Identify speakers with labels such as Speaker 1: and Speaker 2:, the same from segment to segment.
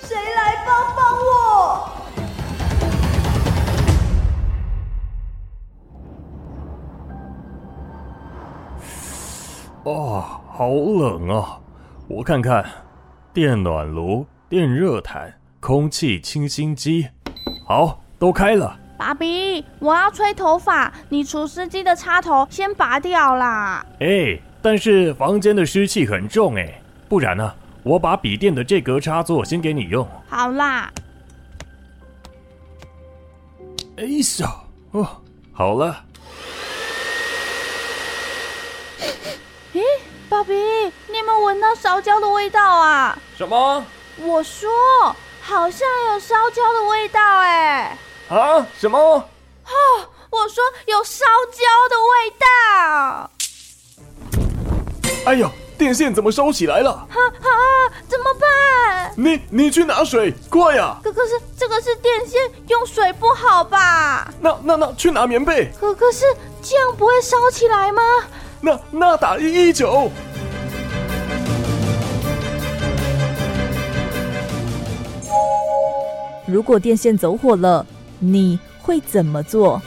Speaker 1: 谁来帮帮我？
Speaker 2: 哦，好冷啊！我看看，电暖炉、电热毯、空气清新机，好，都开了。
Speaker 3: 爸比，我要吹头发，你除湿机的插头先拔掉啦。
Speaker 2: 哎，但是房间的湿气很重哎，不然呢、我把笔电的这格插座先给你用。
Speaker 3: 好啦，
Speaker 2: 哎呀，哦，好了，
Speaker 3: 爸比，你有没有闻到烧焦的味道啊？
Speaker 2: 什么
Speaker 3: 我说，好像有烧焦的味道哎、
Speaker 2: 啊？什么？
Speaker 3: 我说有烧焦的味道，
Speaker 2: 哎呦，电线怎么烧起来了？
Speaker 3: 啊，怎么办？
Speaker 2: 你你去拿水，快呀、
Speaker 3: 可可是这个是电线，用水不好吧？
Speaker 2: 那那那去拿棉被，
Speaker 3: 可可是这样不会烧起来吗？
Speaker 2: 那那打一一九。
Speaker 4: 如果电线走火了，你会怎么做？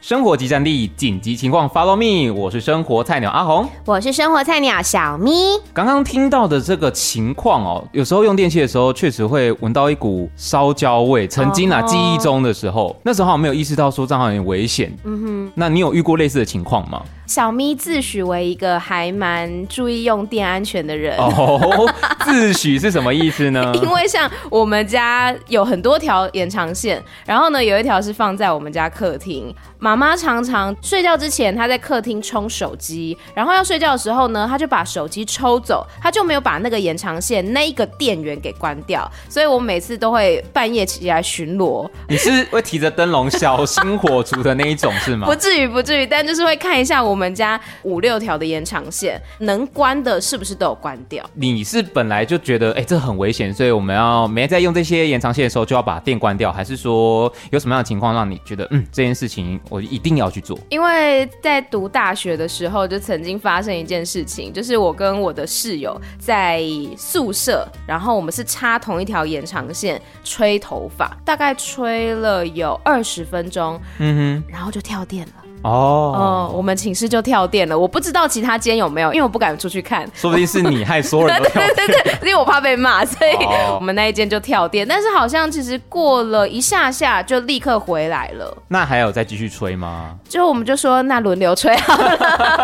Speaker 5: 生活即战力，紧急情况 Follow me，我是生活菜鸟阿红。
Speaker 6: 我是生活菜鸟小咪，
Speaker 5: 刚刚听到的这个情况哦，有时候用电器的时候确实会闻到一股烧焦味。曾经啊
Speaker 6: 哦
Speaker 5: 记忆中的时候，那时候好像没有意识到说这样好像有点危险。
Speaker 6: 嗯
Speaker 5: 那你有遇过类似的情况 吗？
Speaker 6: 哼，小咪自诩为一个还蛮注意用电安全的人。
Speaker 5: 哦，嗯自诩是什么意思呢？
Speaker 6: 因为像我们家有很多条延长线，然后呢，有一条是放在我们家客厅。妈妈常常睡觉之前，她在客厅充手机，然后要睡觉的时候呢，她就把手机抽走，她就没有把那个延长线那一个电源给关掉，所以我每次都会半夜起来巡逻，
Speaker 5: 你是会提着灯笼小心火烛的那一种是吗
Speaker 6: 不？至于不至于，但就是会看一下我们家五六条的延长线能关的是不是都有关掉。
Speaker 5: 你是本来就觉得哎、这很危险，所以我们要没在用这些延长线的时候就要把电关掉，还是说有什么样的情况让你觉得嗯这件事情我一定要去做？
Speaker 6: 因为在读大学的时候，就曾经发生一件事情，就是我跟我的室友在宿舍，然后我们是插同一条延长线吹头发，大概吹了有二十分钟，
Speaker 5: 嗯
Speaker 6: 然后就跳电了。
Speaker 5: 哼，哦，
Speaker 6: 哦、我们寝室就跳电了，我不知道其他间有没有，因为我不敢出去看。
Speaker 5: 说不定是你害所有人都跳
Speaker 6: 对对对，因为我怕被骂，所以
Speaker 5: 哦
Speaker 6: 我们那一间就跳电。但是好像其实过了一下下就立刻回来了，
Speaker 5: 那还有再继续吹吗？
Speaker 6: 之后我们就说那轮流吹好了。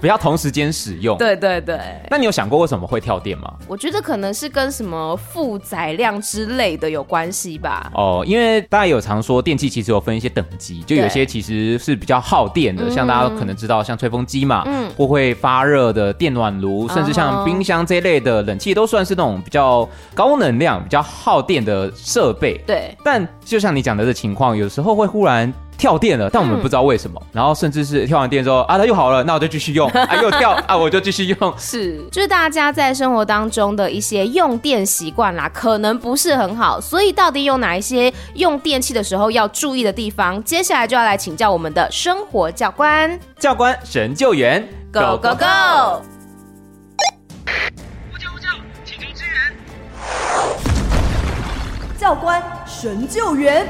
Speaker 5: 不要同时间使用。，
Speaker 6: 对对对。
Speaker 5: 那你有想过为什么会跳电吗？
Speaker 6: 我觉得可能是跟什么负载量之类的有关系吧。
Speaker 5: 哦，因为大家有常说电器其实有分一些等级，就有些其实是比较耗电的，像大家可能知道像吹风机嘛，
Speaker 6: 嗯哦
Speaker 5: 或会发热的电暖炉，甚至像冰箱这一类的冷气，都算是那种比较高能量、比较耗电的设备。
Speaker 6: 对，
Speaker 5: 但就像你讲的这情况，有时候会忽然跳电了，但我们
Speaker 6: 嗯
Speaker 5: 不知道为什么。然后甚至是跳完电之后啊，它又好了，那我就继续 用，啊又跳啊，我就继续用。
Speaker 6: 是，就是大家在生活当中的一些用电习惯啦，可能不是很好，所以到底有哪一些用电器的时候要注意的地方？接下来就要来请教我们的生活教官
Speaker 5: 教官神救援
Speaker 6: ，Go Go Go！
Speaker 1: 教官神救援。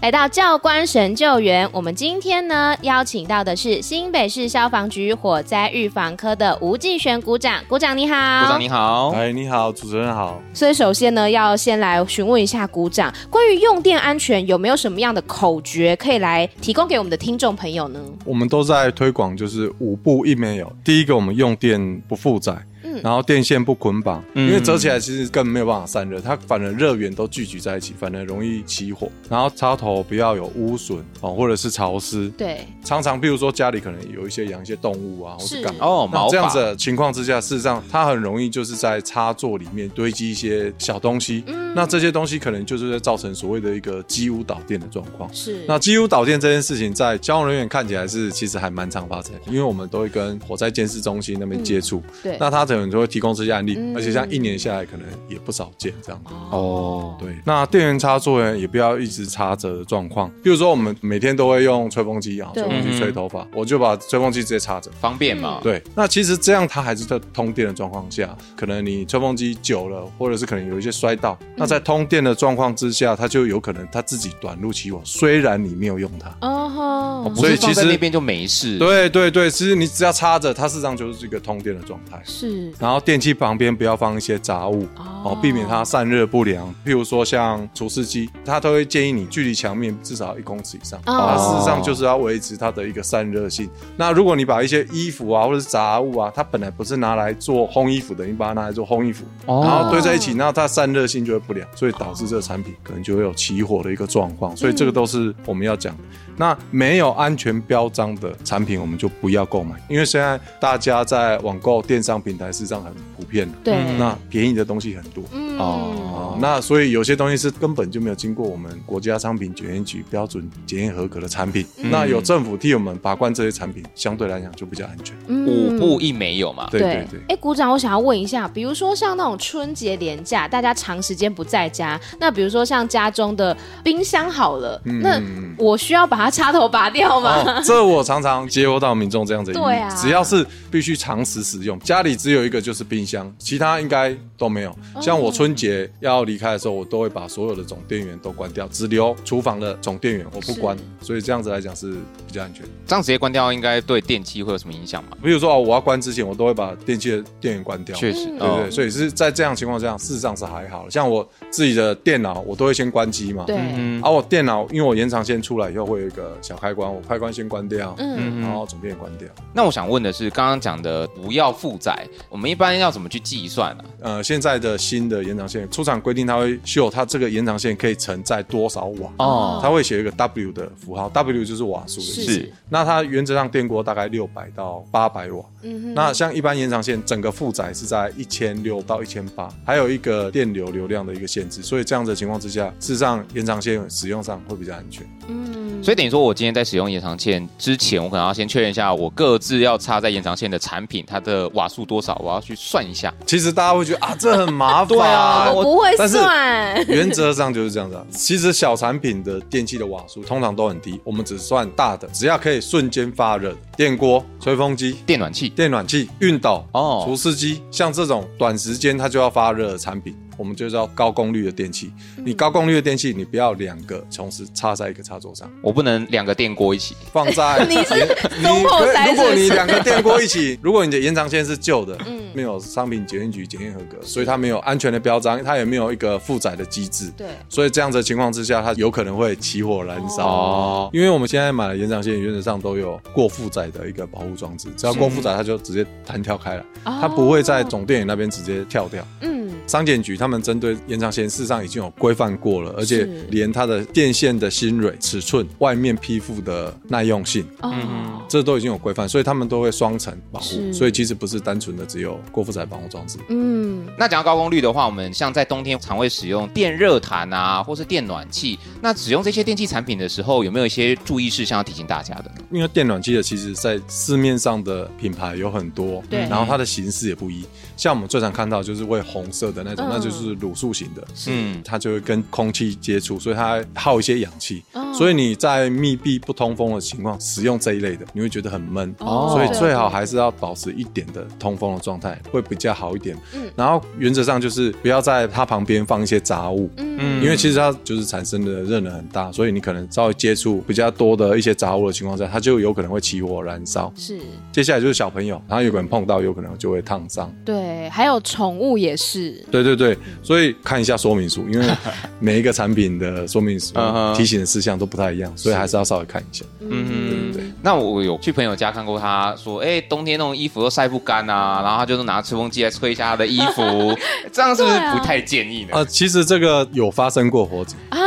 Speaker 6: 来到教官神救援，我们今天呢邀请到的是新北市消防局火灾预防科的吴继璇股长，股长你好，
Speaker 5: 部长你好，
Speaker 7: 哎，你好，主持人好。
Speaker 6: 所以首先呢，要先来询问一下股长，关于用电安全有没有什么样的口诀可以来提供给我们的听众朋友呢？
Speaker 7: 我们都在推广，就是五步一没有。第一个，我们用电不负载。
Speaker 6: 嗯
Speaker 7: 然后电线不捆绑，因为
Speaker 5: 嗯
Speaker 7: 折起来其实根本没有办法散热，它反而热源都聚集在一起，反而容易起火。然后插头不要有污损哦，或者是潮湿。
Speaker 6: 对，
Speaker 7: 常常，比如说家里可能有一些养一些动物啊，或
Speaker 6: 是
Speaker 7: 是干嘛。
Speaker 5: 哦，
Speaker 7: 那
Speaker 5: 毛
Speaker 7: 这样
Speaker 5: 发
Speaker 7: 子的情况之下，事实上它很容易就是在插座里面堆积一些小东西，
Speaker 6: 嗯
Speaker 7: 那这些东西可能就是会造成所谓的一个机屋导电的状况。
Speaker 6: 是
Speaker 7: 那机屋导电这件事情，在消防人员看起来是其实还蛮常发生的，因为我们都会跟火灾监视中心那边接触，
Speaker 6: 嗯对
Speaker 7: 那他可能就会提供这些案例，
Speaker 6: 嗯
Speaker 7: 而且像一年下来可能也不少见这样子。
Speaker 5: 哦，
Speaker 7: 对，那电源插座呢，也不要一直插着的状况。比如说，我们每天都会用吹风机啊，
Speaker 6: 对
Speaker 7: 吹风机吹头发，我就把吹风机直接插着。
Speaker 5: 方便嘛，
Speaker 7: 对，那其实这样它还是在通电的状况下，可能你吹风机久了，或者是可能有一些摔到，那
Speaker 5: 嗯
Speaker 7: 在通电的状况之下，它就有可能它自己短路起火，虽然你没有用它。
Speaker 6: 哦吼，
Speaker 7: 所以
Speaker 5: 不是
Speaker 7: 其
Speaker 5: 放在那
Speaker 7: 实
Speaker 5: 边就没事。，
Speaker 7: 对对对，其实你只要插着，它事实上就是一个通电的状态。
Speaker 6: 是
Speaker 7: 然后电器旁边不要放一些杂物哦，避免它散热不良。譬如说像除湿机，它都会建议你距离墙面至少一公尺以上。它事实上就是要维持它的一个散热性。那如果你把一些衣服啊或者是杂物啊，它本来不是拿来做烘衣服的，你把它拿来做烘衣服，
Speaker 5: 哦
Speaker 7: 然后堆在一起，那它散热性就会不良，所以导致这个产品可能就会有起火的一个状况。所以这个都是我们要讲的。那没有安全标章的产品，我们就不要购买，因为现在大家在网购电商平台事实上很普遍的，
Speaker 6: 对
Speaker 5: 嗯
Speaker 7: 那便宜的东西很多。
Speaker 5: 哦，
Speaker 7: 哦，那所以有些东西是根本就没有经过我们国家商品检验局标准检验合格的产品，那有政府替我们把关这些产品，相对来讲就比较安全。
Speaker 5: 五步一没有嘛，
Speaker 7: 对对对，
Speaker 6: 哎，鼓掌！我想要问一下，比如说像那种春节连假，大家长时间不在家，那比如说像家中的冰箱好了，那我需要把它插头拔掉吗？
Speaker 7: 嗯 哦，这我常常接获到民众这样子的疑
Speaker 6: 对啊
Speaker 7: 虑，只要是必须常时使用，家里只有一个就是冰箱，其他应该都没有。
Speaker 6: 哦
Speaker 7: 像我春节要离开的时候，我都会把所有的总电源都关掉，只留厨房的总电源我不关，所以这样子来讲是比较安全。
Speaker 5: 这样直接关掉应该对电器会有什么影响吗？
Speaker 7: 比如说啊，我要关之前，我都会把电器的电源关掉。
Speaker 5: 确
Speaker 6: 嗯
Speaker 5: 实，
Speaker 7: 对不
Speaker 5: 哦
Speaker 7: 对，所以是在这样情况下，事实上是还好。像我自己的电脑，我都会先关机嘛。
Speaker 6: 对，
Speaker 5: 嗯
Speaker 7: 而、我电脑，因为我延长线出来以后会有一个小开关，我开关先关掉，
Speaker 6: 嗯，
Speaker 7: 然后总电源关掉。
Speaker 5: 那我想问的是，刚刚讲的不要负载，我们一般要怎么去计算啊？
Speaker 7: 呃，现在的新的延长线出厂规定，它会秀它这个延长线可以承载多少瓦，
Speaker 5: 哦，
Speaker 7: 它会写一个 W 的符号，W 就是瓦数的意思。
Speaker 5: 是
Speaker 7: 那它原则上电锅大概六百到八百瓦，那像一般延长线整个负载是在一千六到一千八，还有一个电流流量的一个限制，所以这样子的情况之下，事实上延长线使用上会比较安全。
Speaker 5: 所以等于说，我今天在使用延长线之前，我可能要先确认一下我各自要插在延长线的产品，它的瓦数多少，我要去算一下。
Speaker 7: 其实大家会觉得啊，这很麻烦，对啊
Speaker 6: 我 不会
Speaker 7: 但是
Speaker 6: 算，
Speaker 7: 原则上就是这样子、啊。其实小产品的电器的瓦数通常都很低，我们只算大的，只要可以瞬间发热的，电锅、吹风机、
Speaker 5: 电暖器
Speaker 7: 电暖器、熨斗、
Speaker 5: 哦
Speaker 7: 除湿机，像这种短时间它就要发热的产品，我们就叫高功率的电器。你高功率的电器，你不要两个同时插在一个插座上，
Speaker 5: 我不能两个电锅一起。
Speaker 7: 放 在你是
Speaker 6: 中后台
Speaker 7: 如果
Speaker 6: 是不嗯
Speaker 7: 你
Speaker 6: 是
Speaker 7: 两个电锅一起， 如果你的延长线是旧的，没有商品检验局检验合格，所以它没有安全的标章，它也没有一个负载的机制。
Speaker 6: 对
Speaker 7: 所以这样子的情况之下，它有可能会起火燃烧。
Speaker 5: 哦
Speaker 7: 因为我们现在买的延长线原则上都有过负载的一个保护装置，只要过负
Speaker 6: 嗯
Speaker 7: 载它就直接弹跳开来，它不会在总电源那边直接跳掉。
Speaker 6: 嗯，
Speaker 7: 商检局他们针对延长线，事实上已经有规范过了，而且连它的电线的芯蕊、尺寸、外面批复的耐用性，
Speaker 6: 哦，
Speaker 7: 这都已经有规范，所以他们都会双层保护，
Speaker 6: 是
Speaker 7: 所以其实不是单纯的只有过负载保护装置。
Speaker 6: 嗯，
Speaker 5: 那讲到高功率的话，我们像在冬天常会使用电热毯啊，或是电暖器。那使用这些电器产品的时候，有没有一些注意事项要提醒大家的？
Speaker 7: 因为电暖机的其实在市面上的品牌有很多，
Speaker 6: 对
Speaker 7: 然后它的形式也不一，像我们最常看到就是会红色的那种，
Speaker 6: 嗯
Speaker 7: 那就是卤素型的，
Speaker 5: 嗯，
Speaker 7: 它就会跟空气接触，所以它耗一些氧气，所以你在密闭不通风的情况使用这一类的，你会觉得很闷，
Speaker 6: 哦
Speaker 7: 所以最好还是要保持一点的通风的状态会比较好一点。然后原则上就是不要在它旁边放一些杂物，
Speaker 5: 嗯
Speaker 7: 因为其实它就是产生的热能很大，所以你可能稍微接触比较多的一些杂物的情况下，它就有可能会起火燃烧。
Speaker 6: 是
Speaker 7: 接下来就是小朋友，然后有可能碰到，有可能就会烫伤。
Speaker 6: 对，还有宠物也是，
Speaker 7: 对对对，所以看一下说明书，因为每一个产品的说明书
Speaker 5: 嗯哼
Speaker 7: 提醒的事项都不太一样，所以还是要稍微看一下。
Speaker 5: 嗯，那我有去朋友家看过，他说，哎、冬天那种衣服都晒不干啊，然后他就是拿吹风机来吹一下他的衣服，这样是不是不太建议呢？
Speaker 7: 啊，其实这个有发生过火警啊，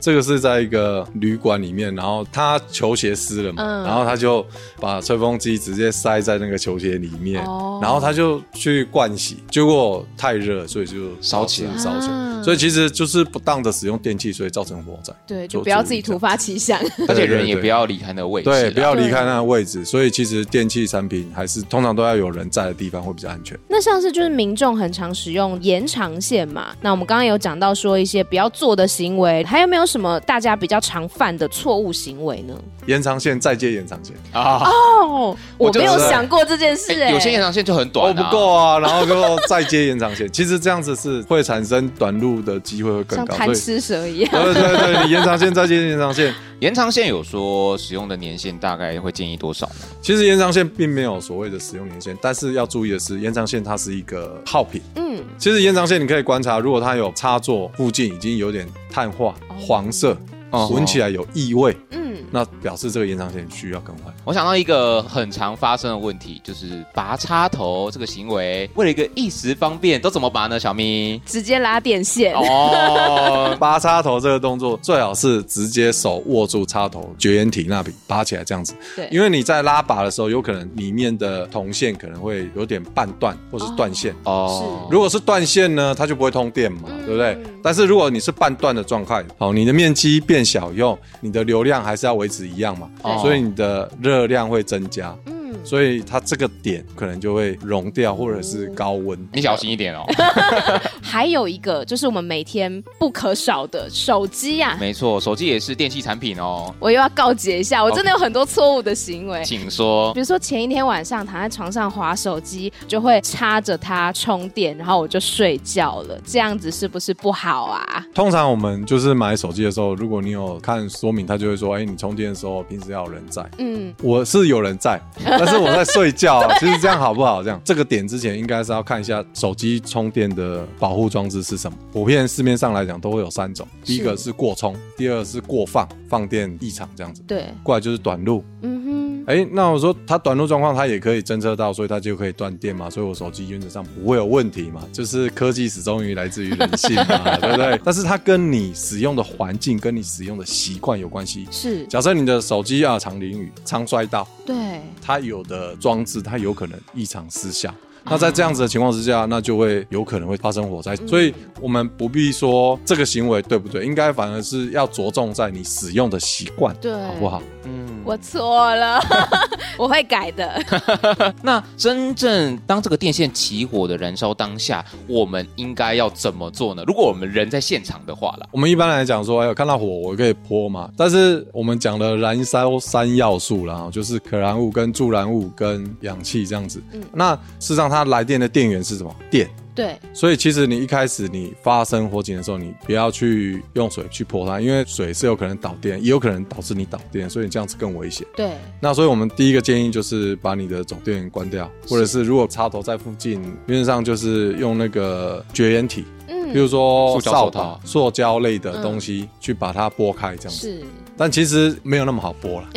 Speaker 7: 这个是在一个旅馆里面，然后他球鞋湿了嘛，然后他就把吹风机直接塞在那个球鞋里面，然后他就去灌洗，结果太热了，所以就
Speaker 5: 烧起来
Speaker 7: 导致烧起来，所以其实就是不当的使用电器，所以造成火灾。
Speaker 6: 对，
Speaker 7: 做
Speaker 6: 就不要
Speaker 7: 注意
Speaker 6: 自己
Speaker 7: 这
Speaker 6: 突
Speaker 7: 样
Speaker 6: 发奇想。
Speaker 5: 而且人
Speaker 7: 对
Speaker 5: 也
Speaker 7: 对
Speaker 5: 不要离开那个位置啊啦，
Speaker 7: 对，不要离开那个位置，所以其实电器产品还是通常都要有人在的地方会比较安全。
Speaker 6: 那像是就是民众很常使用延长线嘛，那我们刚刚有讲到说一些不要做的行为，还有没有什么大家比较常犯的错误行为呢？
Speaker 7: 延长线再接延长线，
Speaker 5: 啊，
Speaker 6: 哦，我
Speaker 5: 我就
Speaker 6: 没有
Speaker 5: 是
Speaker 6: 想过这件事
Speaker 5: 哎
Speaker 6: 哎、
Speaker 5: 有些延长线就很短、
Speaker 7: 哦
Speaker 5: 啊，
Speaker 7: 不够啊，然后就再接延长线。 其实这样子是会产生短路的机会会更
Speaker 6: 像
Speaker 7: 高，
Speaker 6: 贪
Speaker 7: 所以
Speaker 6: 吃蛇一样。
Speaker 7: 对对对，你延长线再接延长线，
Speaker 5: 延长线有说使用的年限大概会建议多少呢？
Speaker 7: 其实延长线并没有所谓的使用年限，但是要注意的是，延长线它是一个耗品。
Speaker 6: 嗯，
Speaker 7: 其实延长线你可以观察，如果它有插座附近已经有点碳化、黄色，
Speaker 5: 哦
Speaker 7: 闻起来有异味，
Speaker 6: 嗯，
Speaker 7: 那表示这个延长线需要更换。
Speaker 5: 我想到一个很常发生的问题，就是拔插头这个行为，为了一个一时方便，都怎么拔呢？小咪
Speaker 6: 直接拉电线。
Speaker 5: 哦，
Speaker 7: 拔插头这个动作最好是直接手握住插头绝缘体那里拔起来这样子，
Speaker 6: 对
Speaker 7: 因为你在拉拔的时候，有可能里面的铜线可能会有点半断或是断线。
Speaker 5: 哦，嗯
Speaker 7: 如果是断线呢，它就不会通电嘛，对不对？但是如果你是半断的状态，好，你的面积变小用，你的流量还是要维持一样嘛，
Speaker 5: 对
Speaker 7: 所以你的热量会增加，嗯，所以它这个点可能就会溶掉或者是高温。
Speaker 5: 你小心一点哦。
Speaker 6: 还有一个就是我们每天不可少的手机呀、
Speaker 5: 没错，手机也是电器产品哦，
Speaker 6: 我又要告诫一下，我真的有很多错误的行为。
Speaker 5: 请说
Speaker 6: 比。如说前一天晚上躺在床上划手机，就会插着它充电，然后我就睡觉了，这样子是不是不好啊？
Speaker 7: 通常我们就是买手机的时候，如果你有看说明，他就会说：“哎、你充电的时候平时要有人在。”
Speaker 6: 嗯，
Speaker 7: 我是有人在，但是我在睡觉、啊。其实这样好不好？这样这个点之前应该是要看一下手机充电的保护装置是什么。普遍市面上来讲都会有三种：第一个是过充，第二个是过放，放电异常这样子。
Speaker 6: 对，
Speaker 7: 过来就是短路，
Speaker 6: 嗯
Speaker 7: 哎、那我说它短路状况，它也可以侦测到，所以它就可以断电嘛，所以我手机原则上不会有问题嘛，就是科技始终于来自于人性嘛，对不对？但是它跟你使用的环境、跟你使用的习惯有关系
Speaker 6: 哼，。是，
Speaker 7: 假设你的手机啊常淋雨、常摔到，
Speaker 6: 对，
Speaker 7: 它有的装置它有可能异常失效。那在这样子的情况之下，那就会有可能会发生火灾，所以我们不必说这个行为对不对，应该反而是要着重在你使用的习惯，
Speaker 6: 对
Speaker 7: 好不好？
Speaker 6: 我错了， 我会改的。
Speaker 5: 那真正当这个电线起火的燃烧当下，我们应该要怎么做呢？如果我们人在现场的话啦，
Speaker 7: 我们一般来讲说，哎、有看到火我可以泼嘛，但是我们讲的燃烧三要素啦，就是可燃物、跟助燃物、跟氧气这样子。那事实上它来电的电源是什么？电。
Speaker 6: 对，
Speaker 7: 所以其实你一开始你发生火警的时候，你不要去用水去泼它，因为水是有可能导电，也有可能导致你导电，所以你这样子更危险。
Speaker 6: 对，
Speaker 7: 那所以我们第一个建议就是把你的总电源关掉，或者是如果插头在附近，原则上就是用那个绝缘体，嗯，比如说
Speaker 5: 塑胶手
Speaker 7: 扫
Speaker 5: 套
Speaker 7: 把、塑胶类的东西去把它拨开这样子。
Speaker 6: 是，
Speaker 7: 但其实没有那么好拨了。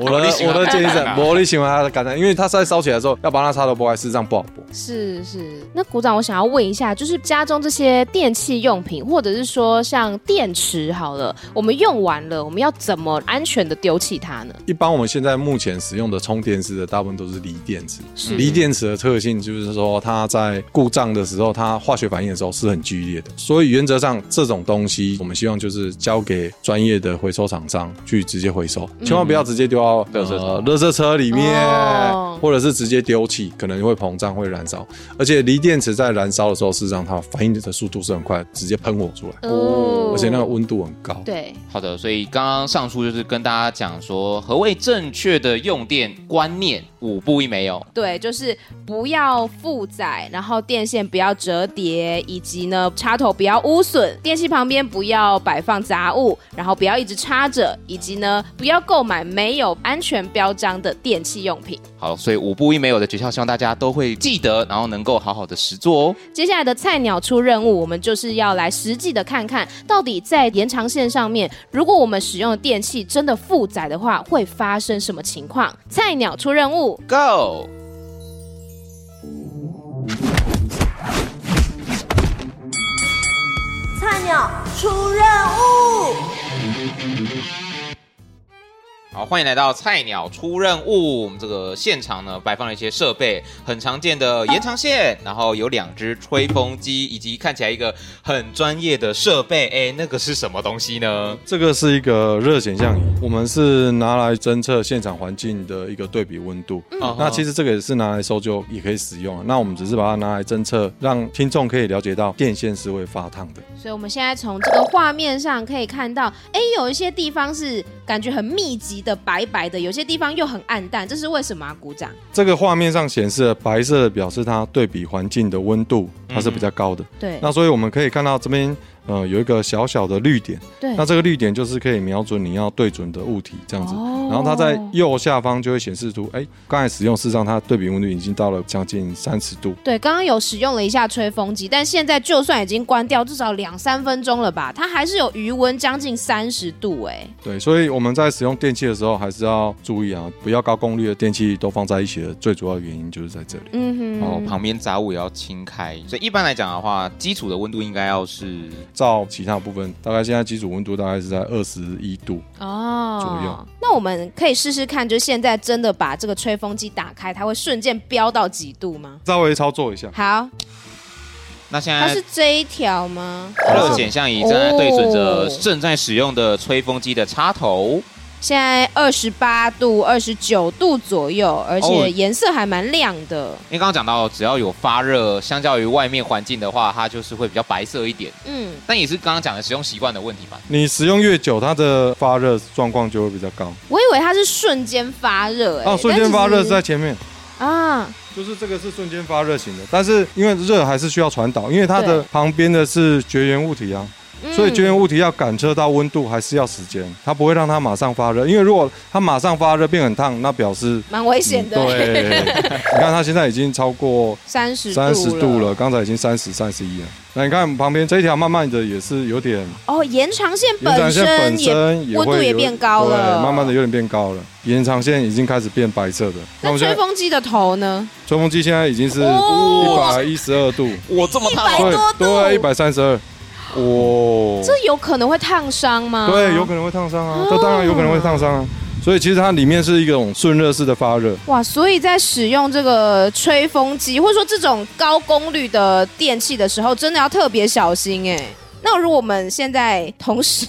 Speaker 7: 我的
Speaker 5: 魔力型
Speaker 7: 我
Speaker 5: 啊
Speaker 7: 的建议是
Speaker 5: 干， 嘛
Speaker 7: 魔力喜欢它的感染，因为它在烧起来的时候要把那插头拨开，事实上不好拨。
Speaker 6: 是是，那股长，我想要问一下，就是家中这些电器用品，或者是说像电池好了，我们用完了，我们要怎么安全的丢弃它呢？
Speaker 7: 一般我们现在目前使用的充电式的，大部分都是锂电池。
Speaker 6: 是
Speaker 7: 锂电池的特性就是说，它在故障的时候，它化学反应的时候是很剧烈的。所以原则上，这种
Speaker 6: 嗯
Speaker 7: 东西我们希望就是交给专业的回收厂商去直接回收，千万不要直接丢到
Speaker 8: 垃圾车
Speaker 7: 呃垃圾车里面，
Speaker 6: 哦
Speaker 7: 或者是直接丢弃，可能会膨胀会燃烧，而且锂电池在燃烧的时候，事实上它反应的速度是很快，直接喷火出来，
Speaker 6: 哦
Speaker 7: 而且那个温度很高。
Speaker 6: 对，
Speaker 5: 好的，所以刚刚上述就是跟大家讲说，何谓正确的用电观念，五步一没有。
Speaker 6: 对，就是不要负载，然后电线不要折叠，以及呢插头不要污损，电器旁边不要摆放杂物，然后不要一直插着，以及呢不要购买没有安全标章的电器用品。
Speaker 5: 好，所以五步一没有的诀窍，希望大家都会记得，然后能够好好的实做哦。
Speaker 6: 接下来的菜鸟出任务，我们就是要来实际的看看，到底在延长线上面，如果我们使用的电器真的负载的话，会发生什么情况？菜鸟出任务，
Speaker 5: Go！
Speaker 3: 菜鸟出任务，
Speaker 5: 好，欢迎来到菜鸟出任务。我们这个现场呢，摆放了一些设备，很常见的延长线，然后有两只吹风机，以及看起来一个很专业的设备。哎，那个是什么东西呢？
Speaker 7: 这个是一个热显像仪，我们是拿来侦测现场环境的一个对比温度。
Speaker 5: 嗯
Speaker 7: 那其实这个也是拿来搜救，也可以使用啊。那我们只是把它拿来侦测，让听众可以了解到电线是会发烫的。
Speaker 6: 所以我们现在从这个画面上可以看到，哎，有一些地方是感觉很密集的白白的，有些地方又很暗淡，这是为什么啊？鼓掌。
Speaker 7: 这个画面上显示的白色的表示它对比环境的温度，它是比较高的。
Speaker 6: 对
Speaker 7: 那所以我们可以看到这边呃有一个小小的绿点，
Speaker 6: 对
Speaker 7: 那这个绿点就是可以瞄准你要对准的物体这样子。然后它在右下方就会显示出，哎，刚才使用事实上它对比温度已经到了将近三十度。
Speaker 6: 对，刚刚有使用了一下吹风机，但现在就算已经关掉，至少两三分钟了吧，它还是有余温将近三十度哎、
Speaker 7: 对，所以我们在使用电器的时候还是要注意啊，不要高功率的电器都放在一起的最主要原因就是在这里。
Speaker 6: 嗯
Speaker 5: 然后
Speaker 6: 哼，
Speaker 5: 哦旁边杂物也要清开，所以一般来讲的话，基础的温度应该要是
Speaker 7: 照其他部分，大概现在基础温度大概是在二十一度。左
Speaker 6: 哦
Speaker 7: 右，
Speaker 6: 那我们可以试试看，就现在真的把这个吹风机打开，它会瞬间飙到几度吗？
Speaker 7: 稍微操作一下，
Speaker 6: 好，
Speaker 5: 那现
Speaker 6: 它
Speaker 5: 在
Speaker 6: 是这一条吗？
Speaker 5: 热显像仪正在对准
Speaker 6: 哦
Speaker 5: 着正在使用的吹风机的插头，
Speaker 6: 现在二十八度、二十九度左右，而
Speaker 7: 哦
Speaker 6: 且颜色还蛮亮的。
Speaker 5: 因为刚刚讲到，只要有发热，相较于外面环境的话，它就是会比较白色一点。
Speaker 6: 嗯，
Speaker 5: 但也是刚刚讲的使用习惯的问题嘛。
Speaker 7: 你使用越久，它的发热状况就会比较高。
Speaker 6: 我以为它是瞬间发热、欸，
Speaker 7: 啊，瞬间发热是在
Speaker 6: 但其
Speaker 7: 前面，
Speaker 6: 实啊，
Speaker 7: 就是这个是瞬间发热型的，但是因为热还是需要传导，因为它的
Speaker 6: 对
Speaker 7: 旁边的是绝缘物体啊，
Speaker 6: 嗯
Speaker 7: 所以绝缘物体要感测到温度还是要时间，它不会让它马上发热，因为如果它马上发热变很烫，那表示。
Speaker 6: 蛮危险的，
Speaker 7: 嗯对，你看它现在已经超过
Speaker 6: 三十
Speaker 7: 三十度
Speaker 6: 了。
Speaker 7: 了，刚才已经三十、三十一了。那你看旁边这一条，慢慢的也是有点，
Speaker 6: 哦，延长线
Speaker 7: 延长
Speaker 6: 本
Speaker 7: 线本
Speaker 6: 身也
Speaker 7: 身也
Speaker 6: 温度
Speaker 7: 会
Speaker 6: 也
Speaker 7: 有
Speaker 6: 变高了
Speaker 7: 对，慢慢的有点变高了。延长线已经开始变白色的。那
Speaker 6: 那
Speaker 7: 我们现
Speaker 6: 吹
Speaker 7: 在
Speaker 6: 风机的头呢？
Speaker 7: 吹风机现在已经是一
Speaker 6: 哦
Speaker 7: 百一十二度，
Speaker 5: 我这么烫
Speaker 6: 100
Speaker 7: 对
Speaker 6: 多度
Speaker 7: 对，一百三十二，哦，
Speaker 6: 这啊有可能会烫伤吗？
Speaker 7: 对，有可能会烫伤啊，这当然有可能会烫伤啊。所以其实它里面是一种顺热式的发热，
Speaker 6: 哇，所以在使用这个吹风机或者说这种高功率的电器的时候，真的要特别小心哎。那如果我们现在同时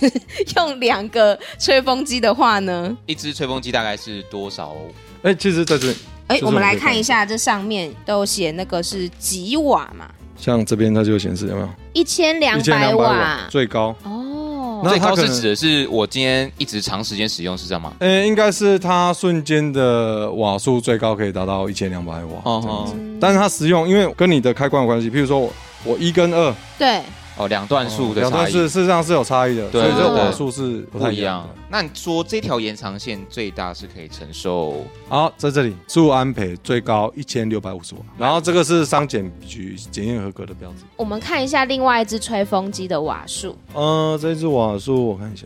Speaker 6: 用两个吹风机的话呢？
Speaker 5: 一只吹风机大概是多少？
Speaker 7: 哎，其实在这里，
Speaker 6: 哎、
Speaker 7: 就是
Speaker 6: 我
Speaker 7: 我
Speaker 6: 们
Speaker 7: 们
Speaker 6: 来
Speaker 7: 可以
Speaker 6: 看
Speaker 7: 看
Speaker 6: 一下这上面都有写那个是几瓦嘛，
Speaker 7: 像这边它就显示有没有
Speaker 6: 一千两百
Speaker 7: 1200
Speaker 6: 瓦。
Speaker 7: 最高，
Speaker 6: 哦，
Speaker 7: 那
Speaker 5: 最
Speaker 7: 它
Speaker 5: 高
Speaker 7: 可
Speaker 5: 是
Speaker 7: 能
Speaker 5: 指的是我今天一直长时间使用，是这样吗？
Speaker 7: 呃，应该是它瞬间的瓦数最高可以达到一千两百瓦。
Speaker 5: 哦
Speaker 7: 这样
Speaker 5: 哦
Speaker 7: 子
Speaker 6: 嗯
Speaker 7: 但是它使用，因为跟你的开关有关系。譬如说我我一跟二
Speaker 6: 对，
Speaker 5: 哦，两段数的
Speaker 7: 两
Speaker 5: 差
Speaker 7: 段
Speaker 5: 异
Speaker 7: 是事实上是有差异的，
Speaker 5: 对
Speaker 7: 所以这
Speaker 6: 对对
Speaker 7: 瓦数是不
Speaker 5: 不
Speaker 7: 太
Speaker 5: 一
Speaker 7: 一样
Speaker 5: 样
Speaker 7: 的。。
Speaker 5: 那你说这条延长线最大是可以承受
Speaker 7: 好，在这里十五安培最高一千六百五
Speaker 5: 嗯
Speaker 7: 十瓦，然后这个是商检局检验合格的标志。
Speaker 6: 我们看一下另外一只吹风机的瓦数，
Speaker 5: 呃
Speaker 7: 嗯，这只瓦数我看一下，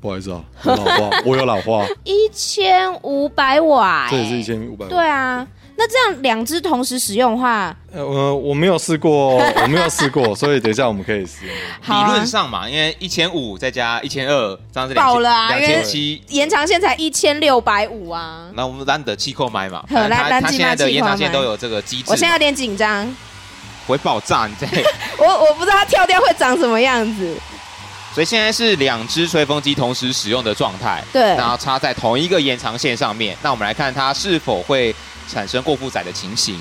Speaker 7: 不好意思啊，我老 化，我有老化，
Speaker 6: 一千五百瓦、哎
Speaker 7: 这也是一。千五百瓦。
Speaker 6: 对啊，那这样两只同时使用的话，
Speaker 7: 呃，我我没有试过，我没有试过，所以等一下我们可以试。
Speaker 5: 理
Speaker 6: 好啊
Speaker 5: 论上嘛，因为一千五再加一千二，这样是
Speaker 6: 爆了啊
Speaker 5: 两
Speaker 6: 因为
Speaker 5: 千七。
Speaker 6: 延长线才一千六百五啊！
Speaker 5: 那我们懒得气扣买嘛，
Speaker 6: 好
Speaker 5: 反正
Speaker 6: 咱
Speaker 5: 它
Speaker 6: 咱
Speaker 5: 它
Speaker 6: 即
Speaker 5: 现
Speaker 6: 卖
Speaker 5: 在的
Speaker 6: 气
Speaker 5: 延
Speaker 6: 扣
Speaker 5: 长线
Speaker 6: 买
Speaker 5: 都有这个机制，
Speaker 6: 我现在有点紧张，
Speaker 5: 会爆炸，你在
Speaker 6: 我我不知道它跳掉会长什么样子。
Speaker 9: 所以现在是两只吹风机同时使用的状态，
Speaker 6: 对
Speaker 9: 然后插在同一个延长线上面。那我们来看它是否会产生过负载的情形。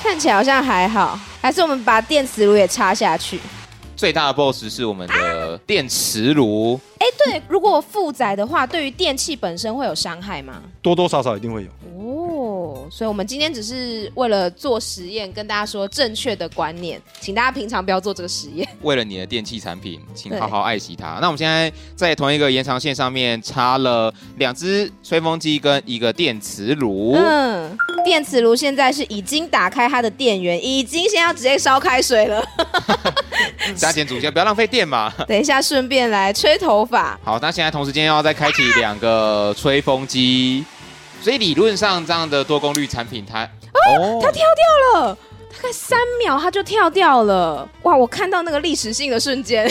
Speaker 6: 看起来好像还好，还是我们把电磁炉也插下去。
Speaker 9: 最大的 BOSS 是我们的电磁炉，
Speaker 6: 哎，对，如果负载的话，对于电器本身会有伤害吗？
Speaker 7: 多多少少一定会有。
Speaker 6: 哦，所以我们今天只是为了做实验，跟大家说正确的观念，请大家平常不要做这个实验。
Speaker 9: 为了你的电器产品，请
Speaker 6: 对
Speaker 9: 好好爱惜它。那我们现在在同一个延长线上面插了两只吹风机跟一个电磁炉。
Speaker 6: 嗯，电磁炉现在是已经打开它的电源，已经先要直接烧开水 了。
Speaker 9: 加减组件，不要浪费电嘛。
Speaker 6: 等一下顺便来吹头发，
Speaker 9: 好，那现在同时间要再开启两个吹风机，所以理论上这样的多功率产品它，哦
Speaker 6: 它跳掉了。大概三秒，它就跳掉了。哇！我看到那个历史性的瞬间。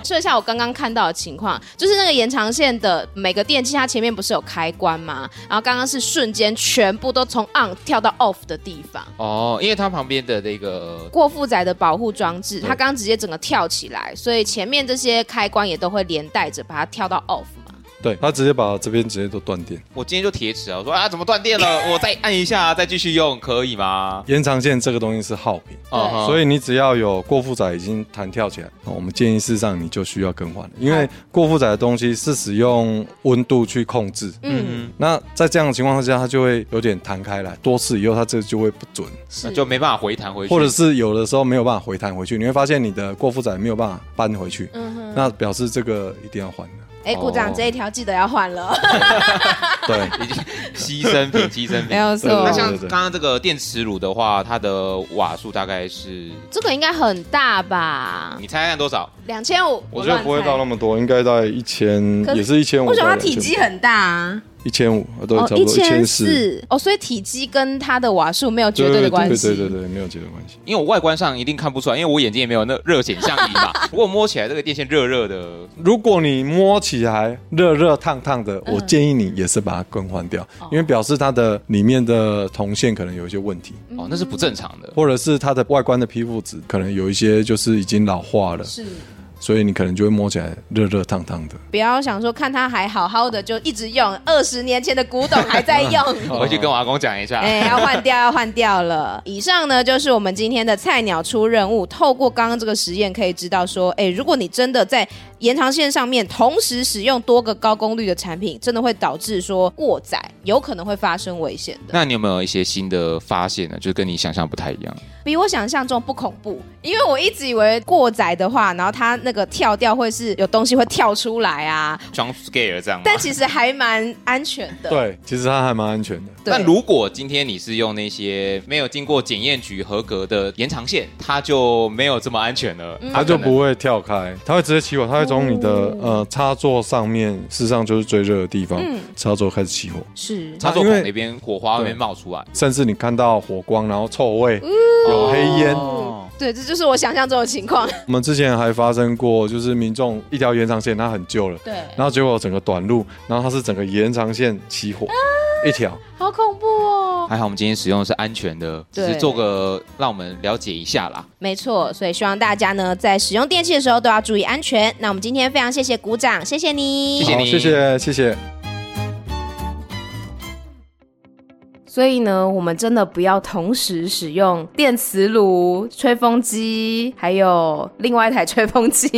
Speaker 6: 说一下我刚刚看到的情况，就是那个延长线的每个电器，它前面不是有开关吗？然后刚刚是瞬间全部都从 on 跳到 off 的地方。
Speaker 9: 哦，因为它旁边的那个
Speaker 6: 过负载的保护装
Speaker 7: 嗯
Speaker 6: 置，它刚刚直接整个跳起来，所以前面这些开关也都会连带着把它跳到 off 嘛。
Speaker 7: 对他直接把这边直接都断电，
Speaker 9: 我今天就铁齿啊，我说啊怎么断电 了？我再按一下，再继续用可以吗？
Speaker 7: 延长线这个东西是耗品，
Speaker 6: 啊
Speaker 9: 哦吼
Speaker 7: 所以你只要有过负载已经弹跳起来，哦我们建议事实上你就需要更换了，因为过负载的东西是使用温度去控制。
Speaker 6: 嗯，
Speaker 7: 那在这样的情况下，它就会有点弹开来，多次以后它这就会不准，
Speaker 9: 那就没办法回弹回去，
Speaker 7: 或者是有的时候没有办法回弹回去，你会发现你的过负载没有办法搬回去，
Speaker 6: 嗯哼
Speaker 7: 那表示这个一定要换的。
Speaker 6: 哎，股长
Speaker 9: 哦
Speaker 6: 这一条记得要换了。
Speaker 7: 对，
Speaker 9: 已经 牺牲 品，牺牲品，
Speaker 6: 没有错
Speaker 9: 那像
Speaker 7: 对对对
Speaker 9: 刚刚这个电磁炉的话，它的瓦数大概是，
Speaker 6: 这个应该很大吧？
Speaker 9: 你猜看多少？
Speaker 6: 两千五，
Speaker 7: 我觉得不会到那
Speaker 6: 了。
Speaker 7: 么多，应该在一千，
Speaker 6: 可是
Speaker 7: 也是一千五。
Speaker 6: 为什么它体积很大啊？哦
Speaker 7: 一千五，对，差
Speaker 6: 一
Speaker 7: 哦不多一
Speaker 6: 千
Speaker 7: 千四。
Speaker 6: 四哦，所以体积跟它的瓦数没有绝对的关系。
Speaker 7: 对对对对，没有绝对关系。
Speaker 9: 因为我外观上一定看不出来，因为我眼睛也没有那热显像仪 嘛。不过我摸起来这个电线热热的，
Speaker 7: 如果你摸起来热热烫烫的，我建议你也是把它更换掉，
Speaker 6: 哦
Speaker 7: 因为表示它的里面的铜线可能有一些问题，
Speaker 6: 嗯
Speaker 9: 哦，那是不正常的。
Speaker 7: 或者是它的外观的皮肤质可能有一些就是已经老化了，
Speaker 6: 是，
Speaker 7: 所以你可能就会摸起来热热烫烫的。
Speaker 6: 不要想说看它还好好的就一直用，二十年前的古 董还在用。
Speaker 9: 我回去跟我阿公讲一下。
Speaker 6: 哦哎、要换掉，要换掉了。以上呢，就是我们今天的菜鸟出任务。透过刚刚这个实验，可以知道说，哎、如果你真的在延长线上面同时使用多个高功率的产品，真的会导致说过载，有可能会发生危险的。
Speaker 9: 那你有没有一些新的发现呢？就是跟你想象不太一样。
Speaker 6: 比我想象中不恐怖，因为我一直以为过载的话，然后它那个跳掉会是有东西会跳出来啊，
Speaker 9: jump scare 这样吗
Speaker 6: 但其实还蛮安全的。
Speaker 7: 对，其实它还蛮安全的。
Speaker 6: 对
Speaker 9: 但如果今天你是用那些没有经过检验局合格的延长线，它就没有这么安全
Speaker 6: 嗯
Speaker 5: 嗯
Speaker 9: 了。
Speaker 7: 它就不会跳开，它会直接起火，它会从你的、呃插座上面，事实上就是最热的地方，插座开始起火，
Speaker 6: 是
Speaker 9: 插座
Speaker 7: 因为
Speaker 9: 孔那边火花会冒出来，
Speaker 7: 甚至你看到火光，然后臭味，有黑烟，
Speaker 9: 哦
Speaker 6: 对，这就是我想象中的情况。
Speaker 7: 我们之前还发生过，就是民众一条延长线，它很旧了，
Speaker 6: 对，
Speaker 7: 然后结果整个短路，然后它是整个延长线起火，一条。
Speaker 6: 好恐怖哦。
Speaker 9: 还好我们今天使用的是安全的，只
Speaker 6: 对
Speaker 9: 是做个让我们了解一下啦。
Speaker 6: 没错，所以希望大家呢在使用电器的时候都要注意安全。那我们今天非常谢谢鼓掌，谢谢你，
Speaker 9: 谢谢
Speaker 7: 好
Speaker 9: 你
Speaker 7: 谢谢，谢谢。
Speaker 6: 所以呢，我们真的不要同时使用电磁炉、吹风机，还有另外一台吹风机，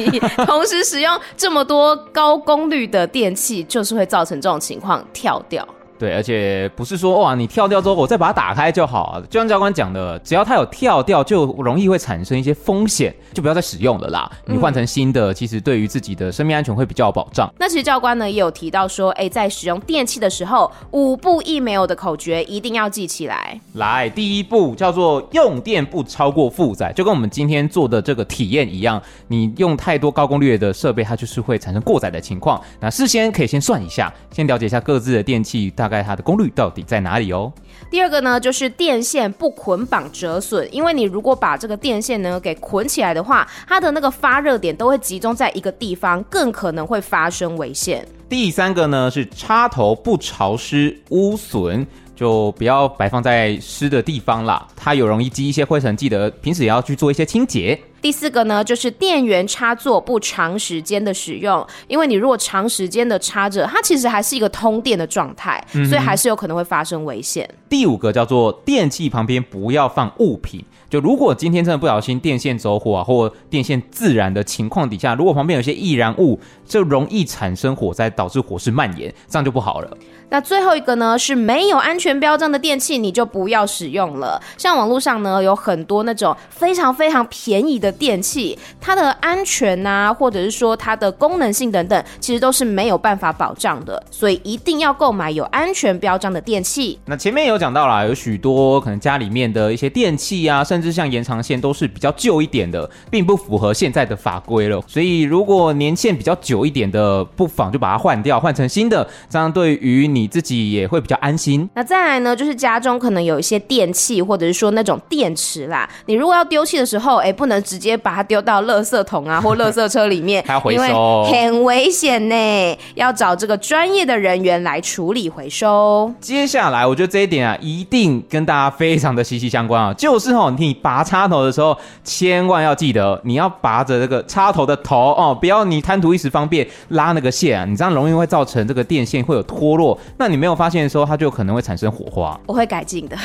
Speaker 6: 同时使用这么多高功率的电器，就是会造成这种情况跳掉。
Speaker 5: 对，而且不是说哇，哦你跳掉之后我再把它打开就好。就像教官讲的，只要它有跳掉，就容易会产生一些风险，就不要再使用了啦。你换成新的，其实对于自己的生命安全会比较有保障。
Speaker 6: 那其实教官呢也有提到说，哎，在使用电器的时候，五不一没有的口诀一定要记起来。
Speaker 5: 来，第一步叫做用电不超过负载，就跟我们今天做的这个体验一样，你用太多高功率的设备，它就是会产生过载的情况。那事先可以先算一下，先了解一下各自的电器大概它的功率到底在哪里哦。
Speaker 6: 第二个呢，就是电线不捆绑折损，因为你如果把这个电线呢给捆起来的话，它的那个发热点都会集中在一个地方，更可能会发生危险。
Speaker 5: 第三个呢是插头不潮湿污损，就不要摆放在湿的地方啦，它有容易积一些灰尘，记得平时也要去做一些清洁。
Speaker 6: 第四个呢，就是电源插座不长时间的使用，因为你如果长时间的插着，它其实还是一个通电的状态，所以还是有可能会发生危险。
Speaker 5: 第五个叫做电器旁边不要放物品。就如果今天真的不小心电线走火啊，或电线自燃的情况底下，如果旁边有一些易燃物，就容易产生火灾，导致火势蔓延，这样就不好了。
Speaker 6: 那最后一个呢，是没有安全标章的电器，你就不要使用了。像网络上呢，有很多那种非常非常便宜的电器，它的安全啊，或者是说它的功能性等等，其实都是没有办法保障的。所以一定要购买有安全标章的电器。
Speaker 5: 那前面有讲到啦，有许多可能家里面的一些电器啊，甚至像延长线都是比较旧一点的，并不符合现在的法规了。所以如果年限比较久一点的，不妨就把它换掉，换成新的，这样对于你自己也会比较安心。
Speaker 6: 那再来呢，就是家中可能有一些电器，或者是说那种电池啦，你如果要丢弃的时候，哎、不能直接把它丢到垃圾桶啊或垃圾车里 面，
Speaker 5: 还要回
Speaker 6: 因为
Speaker 5: 收
Speaker 6: 很危险呢，要找这个专业的人员来处理回收。。
Speaker 5: 接下来，我觉得这一点啊，一定跟大家非常的息息相关啊，就是哦，你拔插头的时候，千万要记得你要拔着这个插头的头哦，不要你贪图一时方便拉那个线啊，你这样容易会造成这个电线会有脱落，那你没有发现的时候，它就可能会产生火花
Speaker 6: 我会改进的。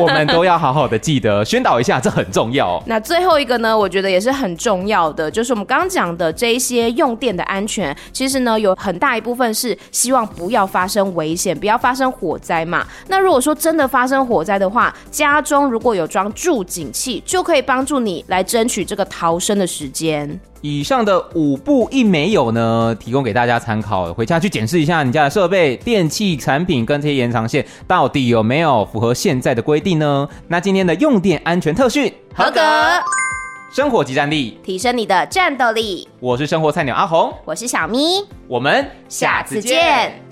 Speaker 5: 我们都要好好的记得宣导一下，这很重要、哦。
Speaker 6: 那最后一个呢，我觉得也是很重要的，就是我们刚刚讲的这一些用电的安全，其实呢有很大一部分是希望不要发生危险，不要发生火灾嘛。那如果说真的发生火灾的话，家中如果有装助警器，就可以帮助你来争取这个逃生的时间。
Speaker 5: 以上的五步一没有呢，提供给大家参考，回家去检视一下你家的设备、电器产品跟这些延长线到底有没有符合现在的规定呢？那今天的用电安全特训，
Speaker 6: 合格，
Speaker 5: 生活即战力，
Speaker 6: 提升你的战斗力。
Speaker 5: 我是生活菜鸟阿红，
Speaker 6: 我是小咪，
Speaker 5: 我们
Speaker 6: 下次见。